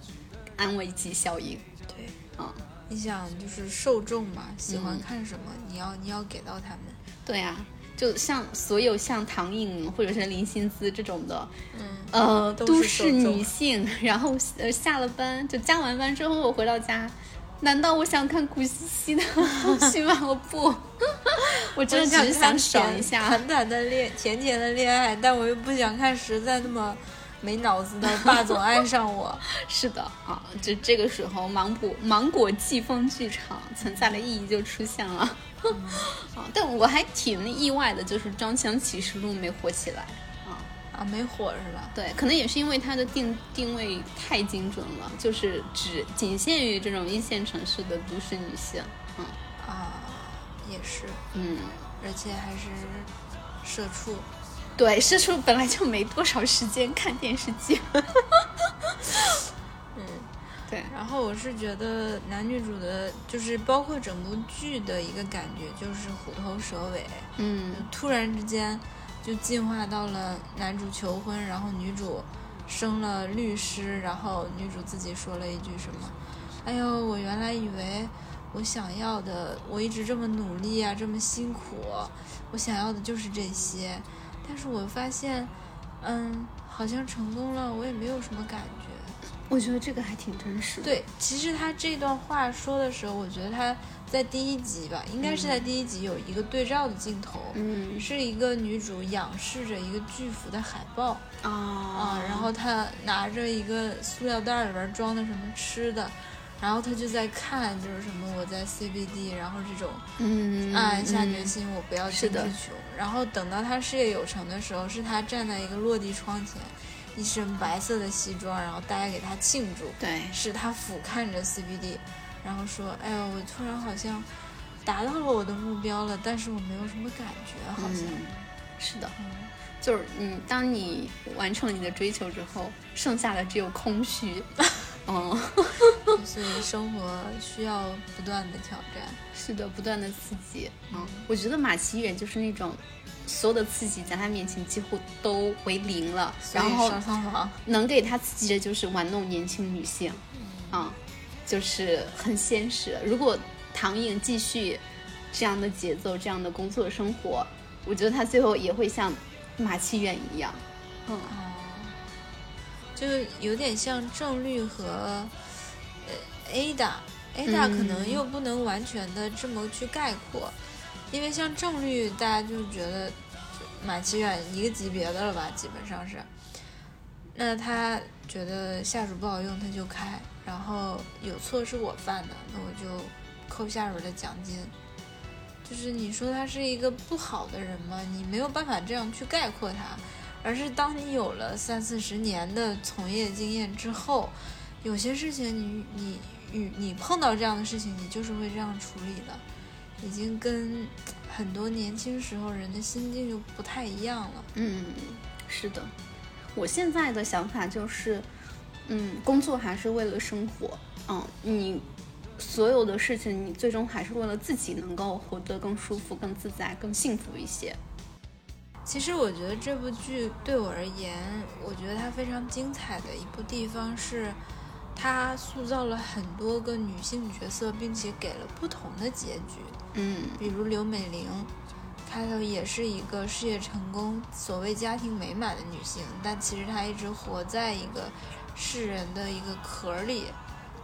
Speaker 2: 安慰剂效应。
Speaker 1: 对，
Speaker 2: 嗯，
Speaker 1: 你想就是受众嘛，喜欢
Speaker 2: 嗯
Speaker 1: 看什么，你要你要给到他们，
Speaker 2: 对呀、就像所有像唐颖或者是林心思这种的，
Speaker 1: 嗯，
Speaker 2: 呃，
Speaker 1: 都
Speaker 2: 都
Speaker 1: 是
Speaker 2: 市
Speaker 1: 受众
Speaker 2: 女性，然后呃下了班就加完班之后，我回到家，难道我想看古西西的东西吗？我
Speaker 1: *laughs*
Speaker 2: 不，我真的只是想爽一下。
Speaker 1: 谈谈的恋甜甜的恋爱，但我又不想看实在那么没脑子的霸总爱上我。
Speaker 2: 是的啊，就这个时候，芒果芒果季风剧场存在的意义就出现了。 *laughs* 啊，但我还挺意外的，就是《装腔启示录》没火起来啊。
Speaker 1: 啊，没火是吧？
Speaker 2: 对，可能也是因为它的定定位太精准了，就是只仅限于这种一线城市的都市女性。嗯
Speaker 1: 啊，也是，
Speaker 2: 嗯，
Speaker 1: 而且还是社畜。
Speaker 2: 对，社畜本来就没多少时间看电视剧。
Speaker 1: 嗯，
Speaker 2: 对，
Speaker 1: 然后我是觉得男女主的，就是包括整部剧的一个感觉，就是虎头蛇尾，
Speaker 2: 嗯
Speaker 1: 突然之间就进化到了男主求婚，然后女主生了律师，然后女主自己说了一句什么：“哎呦，我原来以为我想要的，我一直这么努力啊，这么辛苦，我想要的就是这些，但是我发现，嗯，好像成功了，我也没有什么感觉。”
Speaker 2: 我觉得这个还挺真实的。
Speaker 1: 对，其实他这段话说的时候，我觉得他在第一集吧，应该是在第一集有一个对照的镜头，
Speaker 2: 嗯
Speaker 1: 是一个女主仰视着一个巨幅的海报啊、
Speaker 2: 啊
Speaker 1: 然后她拿着一个塑料袋里边装的什么吃的，然后她就在看，就是什么我在 CBD，然后这种
Speaker 2: 嗯
Speaker 1: 暗暗下决
Speaker 2: 嗯
Speaker 1: 心我不要
Speaker 2: 是
Speaker 1: 进
Speaker 2: 的
Speaker 1: 去穷。然后等到她事业有成的时候，是她站在一个落地窗前，一身白色的西装，然后大家给她庆祝。
Speaker 2: 对，
Speaker 1: 是他俯瞰着 CBD，然后说：“哎呀，我突然好像达到了我的目标了，但是我没有什么感觉，好像。
Speaker 2: 嗯是的，
Speaker 1: 嗯
Speaker 2: 就是你当你完成了你的追求之后，剩下的只有空
Speaker 1: *laughs*
Speaker 2: 虚。嗯，
Speaker 1: 所以生活需要不断的挑战。
Speaker 2: 是的，不断的刺激。嗯，我觉得马奇远就是那种。所有的刺激在他面前几乎都为零了，
Speaker 1: 所
Speaker 2: 然
Speaker 1: 以
Speaker 2: 后
Speaker 1: 上苍房，
Speaker 2: 能给他刺激的就是玩弄年轻女性，
Speaker 1: 嗯
Speaker 2: 啊，就是很现实。如果唐颖继续这样的节奏、这样的工作生活，我觉得他最后也会像马奇远一样，嗯，
Speaker 1: 哦，就有点像郑律和呃 Ada。Ada 可能又不能完全的这么去概括，因为像郑律，大家就觉得就马奇远一个级别的了吧，基本上是。那他觉得下属不好用，他就开，然后有错是我犯的，那我就扣下属的奖金。就是你说他是一个不好的人吗？你没有办法这样去概括他，而是当你有了三四十年的从业经验之后，有些事情你你与你碰到这样的事情，你就是会这样处理的，已经跟很多年轻时候人的心境就不太一样了。
Speaker 2: 嗯，是的，我现在的想法就是，嗯，工作还是为了生活，嗯，你所有的事情，你最终还是为了自己能够活得更舒服、更自在、更幸福一些。
Speaker 1: 其实我觉得这部剧对我而言，我觉得它非常精彩的一部地方是，它塑造了很多个女性角色，并且给了不同的结局。
Speaker 2: 嗯
Speaker 1: 比如刘美玲，开头也是一个事业成功、所谓家庭美满的女性，但其实她一直活在一个世人的一个壳儿里，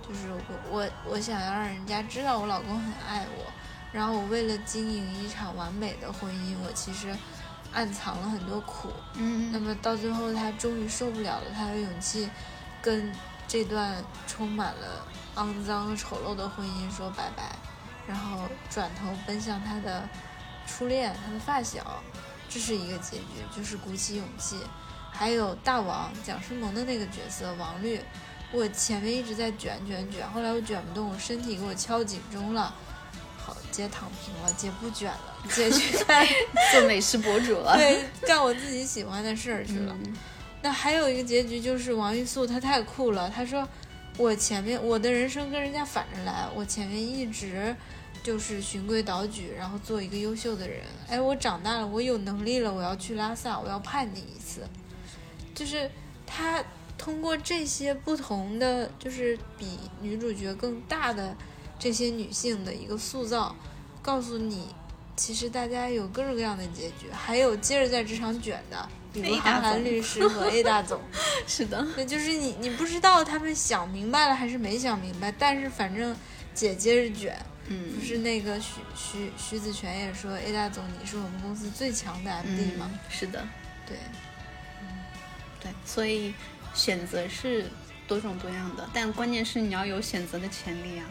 Speaker 1: 就是我我我想要让人家知道我老公很爱我，然后我为了经营一场完美的婚姻，我其实暗藏了很多苦。
Speaker 2: 嗯
Speaker 1: 那么到最后，她终于受不了了，她有勇气跟这段充满了肮脏和丑陋的婚姻说拜拜，然后转头奔向她的初恋，她的发小，这是一个结局，就是鼓起勇气。还有大王蒋诗萌的那个角色王律，我前面一直在卷卷卷，后来我卷不动，我身体给我敲警钟了，好，姐躺平了，姐不卷了，姐去 *laughs* 干
Speaker 2: 做美食博主了。
Speaker 1: 对干我自己喜欢的事儿去了。
Speaker 2: 嗯
Speaker 1: 那还有一个结局就是王玉素她太酷了，她说我前面我的人生跟人家反着来，我前面一直就是循规蹈矩，然后做一个优秀的人。哎，我长大了，我有能力了，我要去拉萨，我要叛逆一次。就是她通过这些不同的，就是比女主角更大的这些女性的一个塑造，告诉你。其实大家有各种各样的结局，还有接着在职场卷的，比如
Speaker 2: A 大
Speaker 1: 韩寒
Speaker 2: 总 *laughs*
Speaker 1: 律师和 A 大总，
Speaker 2: 是的，
Speaker 1: 对，就是你，你不知道他们想明白了还是没想明白，但是反正姐接着卷，
Speaker 2: 嗯
Speaker 1: 不是那个徐徐徐子泉也说 A 大总你是我们公司最强的 MD 嘛，
Speaker 2: 嗯，是的，
Speaker 1: 对，
Speaker 2: 对，所以选择是多种多样的，但关键是你要有选择的权利啊。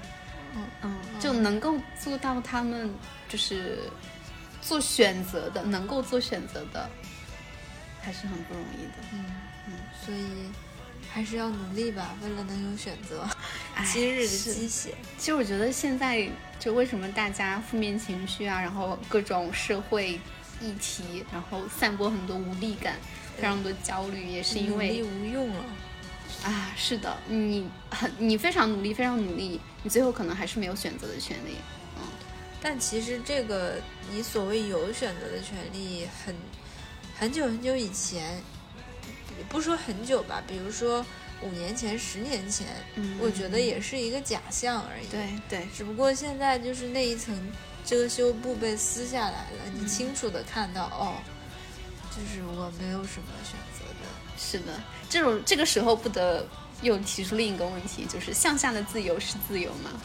Speaker 1: 嗯
Speaker 2: 嗯，就能够做到他们就是做选择的，能够做选择的，还是很不容易的。
Speaker 1: 嗯
Speaker 2: 嗯
Speaker 1: 所以还是要努力吧，为了能有选择，
Speaker 2: 哎
Speaker 1: 今日的
Speaker 2: 是
Speaker 1: 鸡血，
Speaker 2: 其实我觉得现在就为什么大家负面情绪啊，然后各种社会议题，
Speaker 1: 嗯
Speaker 2: 然后散播很多无力感，非常多焦虑，也是因为
Speaker 1: 努力无用了，
Speaker 2: 啊，是的，你很你非常努力，非常努力，你最后可能还是没有选择的权利。
Speaker 1: 但其实这个你所谓有选择的权利很，很久很久以前，不说很久吧，比如说五年前、十年前，
Speaker 2: 嗯
Speaker 1: 我觉得也是一个假象而已。，
Speaker 2: 对对，
Speaker 1: 只不过现在就是那一层遮羞布被撕下来了，
Speaker 2: 嗯
Speaker 1: 你清楚的看到、哦，就是我没有什么选择的。
Speaker 2: 是的，这种这个时候不得又提出另一个问题，就是向下的自由是自由吗？嗯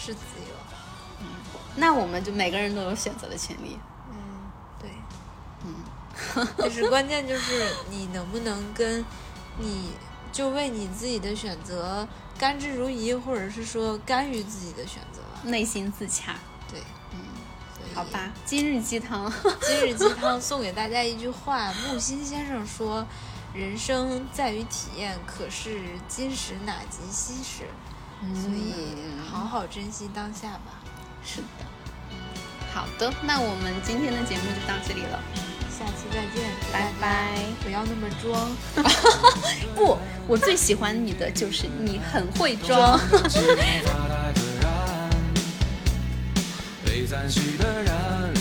Speaker 1: 是自由，
Speaker 2: 那我们就每个人都有选择的权利。
Speaker 1: 嗯，对，
Speaker 2: 嗯，
Speaker 1: 就是关键就是你能不能跟你就为你自己的选择甘之如饴，或者是说甘于自己的选择吧。
Speaker 2: 内心自洽。
Speaker 1: 对，
Speaker 2: 嗯，
Speaker 1: 所以
Speaker 2: 好，吧，今日鸡汤。 *laughs*
Speaker 1: 今日鸡汤送给大家一句话：木心先生说，人生在于体验，可是今时哪及昔时，所以好好珍惜当下吧。
Speaker 2: 是的。好的，那我们今天的节目就到这里了，
Speaker 1: 下期再见，
Speaker 2: 拜拜。
Speaker 1: 不要那么装。
Speaker 2: 不，我最喜欢你的就是你很会装。
Speaker 3: 激发大自然，被赞许的人